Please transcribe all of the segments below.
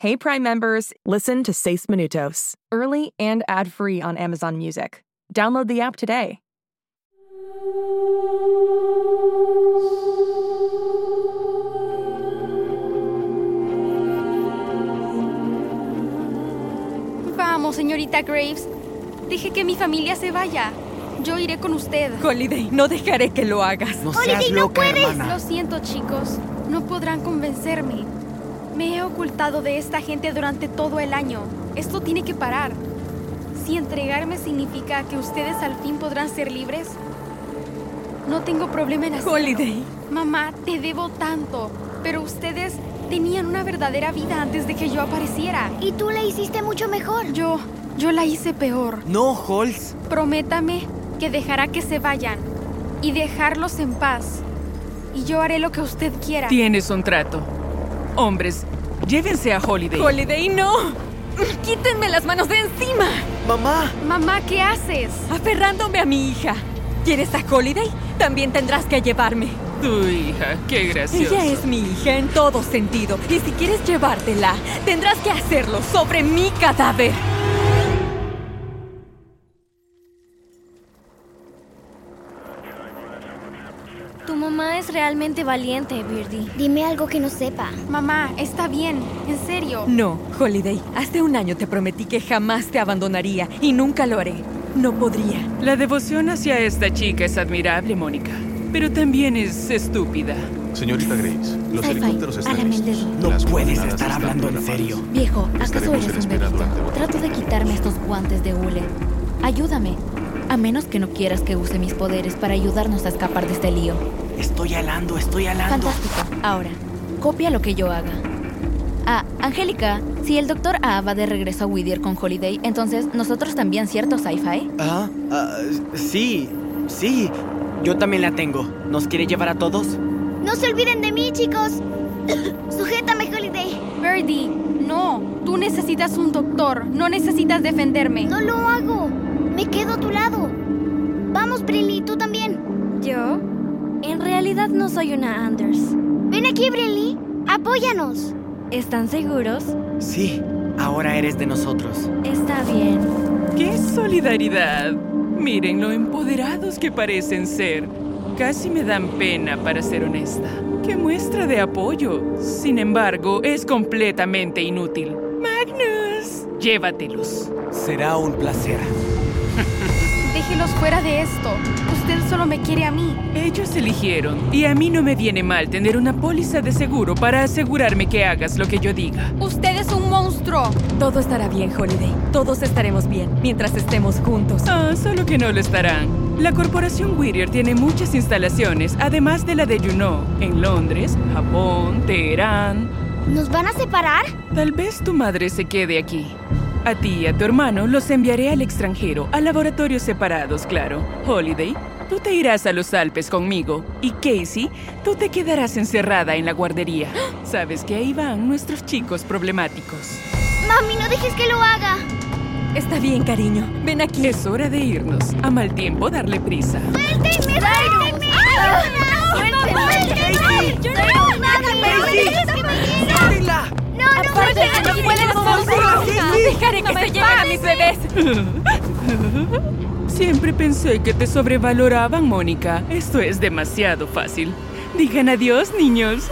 Hey Prime members, listen to Seis Minutos, early and ad-free on Amazon Music. Download the app today. Vamos, señorita Graves. Deje que mi familia se vaya. Yo iré con usted. Holiday, no dejaré que lo hagas. No seas loca, hermana. Lo siento, chicos. No podrán convencerme. Me he ocultado de esta gente durante todo el año. Esto tiene que parar. Si entregarme significa que ustedes al fin podrán ser libres, no tengo problema en hacerlo. Holiday. Mamá, te debo tanto. Pero ustedes tenían una verdadera vida antes de que yo apareciera. Y tú la hiciste mucho mejor. Yo, yo la hice peor. No, Holz. Prométame que dejará que se vayan y dejarlos en paz. Y yo haré lo que usted quiera. Tienes un trato. Hombres, llévense a Holiday. Holiday, no. ¡Quítenme las manos de encima! Mamá, Mamá, ¿qué haces? Ah. Aferrándome a mi hija. ¿Quieres a Holiday? También tendrás que llevarme. tu hija, qué graciosa. Ella es mi hija en todo sentido. Y si quieres llevártela, tendrás que hacerlo sobre mi cadáver. Tu mamá es realmente valiente, Birdie. Dime algo que no sepa. Mamá, está bien, en serio. No, Holiday, hace un año te prometí que jamás te abandonaría y nunca lo haré. No podría. La devoción hacia esta chica es admirable, Mónica. Pero también es estúpida. Señorita Grace, los Sci-fi, helicópteros están álame el listos. dedo. no Las puedes coordenadas estar están hablando en programadas. serio. Viejo, ¿acaso Estaremos en eres un espera bebito? durante varios Trato de quitarme estos guantes de hule. Ayúdame, a menos que no quieras que use mis poderes para ayudarnos a escapar de este lío. Estoy alando, estoy alando. Fantástico. Ahora, copia lo que yo haga. Ah, Angélica, si el doctor A va de regreso a Whittier con Holiday, entonces nosotros también, ¿cierto, Sci-Fi? Ah, ah, sí, sí. Yo también la tengo. ¿Nos quiere llevar a todos? No se olviden de mí, chicos. Sujétame, Holiday. Birdie, no. Tú necesitas un doctor, no necesitas defenderme. No lo hago. Me quedo a tu lado. Vamos, Brilly, tú también. ¿Yo? En realidad no soy una Anders. Ven aquí, Brilly. Apóyanos. ¿Están seguros? Sí, ahora eres de nosotros. Está bien. ¡Qué solidaridad! Miren lo empoderados que parecen ser. Casi me dan pena, para ser honesta. ¡Qué muestra de apoyo! Sin embargo, es completamente inútil. Magnus, llévatelos. Será un placer. Déjelos fuera de esto. Usted solo me quiere a mí. Ellos eligieron, y a mí no me viene mal tener una póliza de seguro para asegurarme que hagas lo que yo diga. Usted es un monstruo. Todo estará bien, Holiday. Todos estaremos bien mientras estemos juntos. Ah, solo que no lo estarán. La corporación Whittier tiene muchas instalaciones, además de la de Juno, en Londres, Japón, Teherán. ¿Nos van a separar? Tal vez tu madre se quede aquí. A ti y a tu hermano los enviaré al extranjero, a laboratorios separados, claro. Holiday, tú te irás a los Alpes conmigo. Y Casey, tú te quedarás encerrada en la guardería. Sabes que ahí van nuestros chicos problemáticos. Mami, no dejes que lo haga. Está bien, cariño. Ven aquí. Es hora de irnos. A mal tiempo darle prisa. ¡Suéltenme! ¡Suéltenme! ¡Suéltenme! ¡Yo no hago nada! ¡Párenla! ¡No, no, no! ¡No pueden Dejaré que se lleven a mis bebés. Siempre pensé que te sobrevaloraban, Mónica. Esto es demasiado fácil. Digan adiós, niños.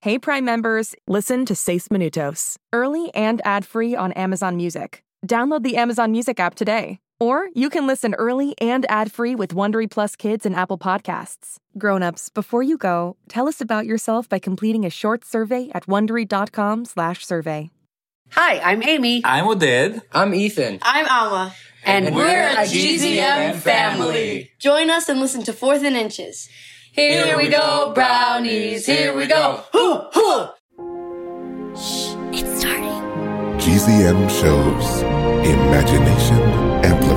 Hey Prime members, listen to Seis Minutos, early and ad-free on Amazon Music. Download the Amazon Music app today. Or you can listen early and ad-free with Wondery Plus Kids and Apple Podcasts. Grown-ups, before you go, tell us about yourself by completing a short survey at wondery.com/survey. Hi, I'm Amy. I'm Oded. I'm Ethan. I'm Alma. And, we're, a GZM family. Join us and listen to Fourth and Inches. Here, we go, brownies. Here we go. Hoo, hoo. GZM shows imagination amplified.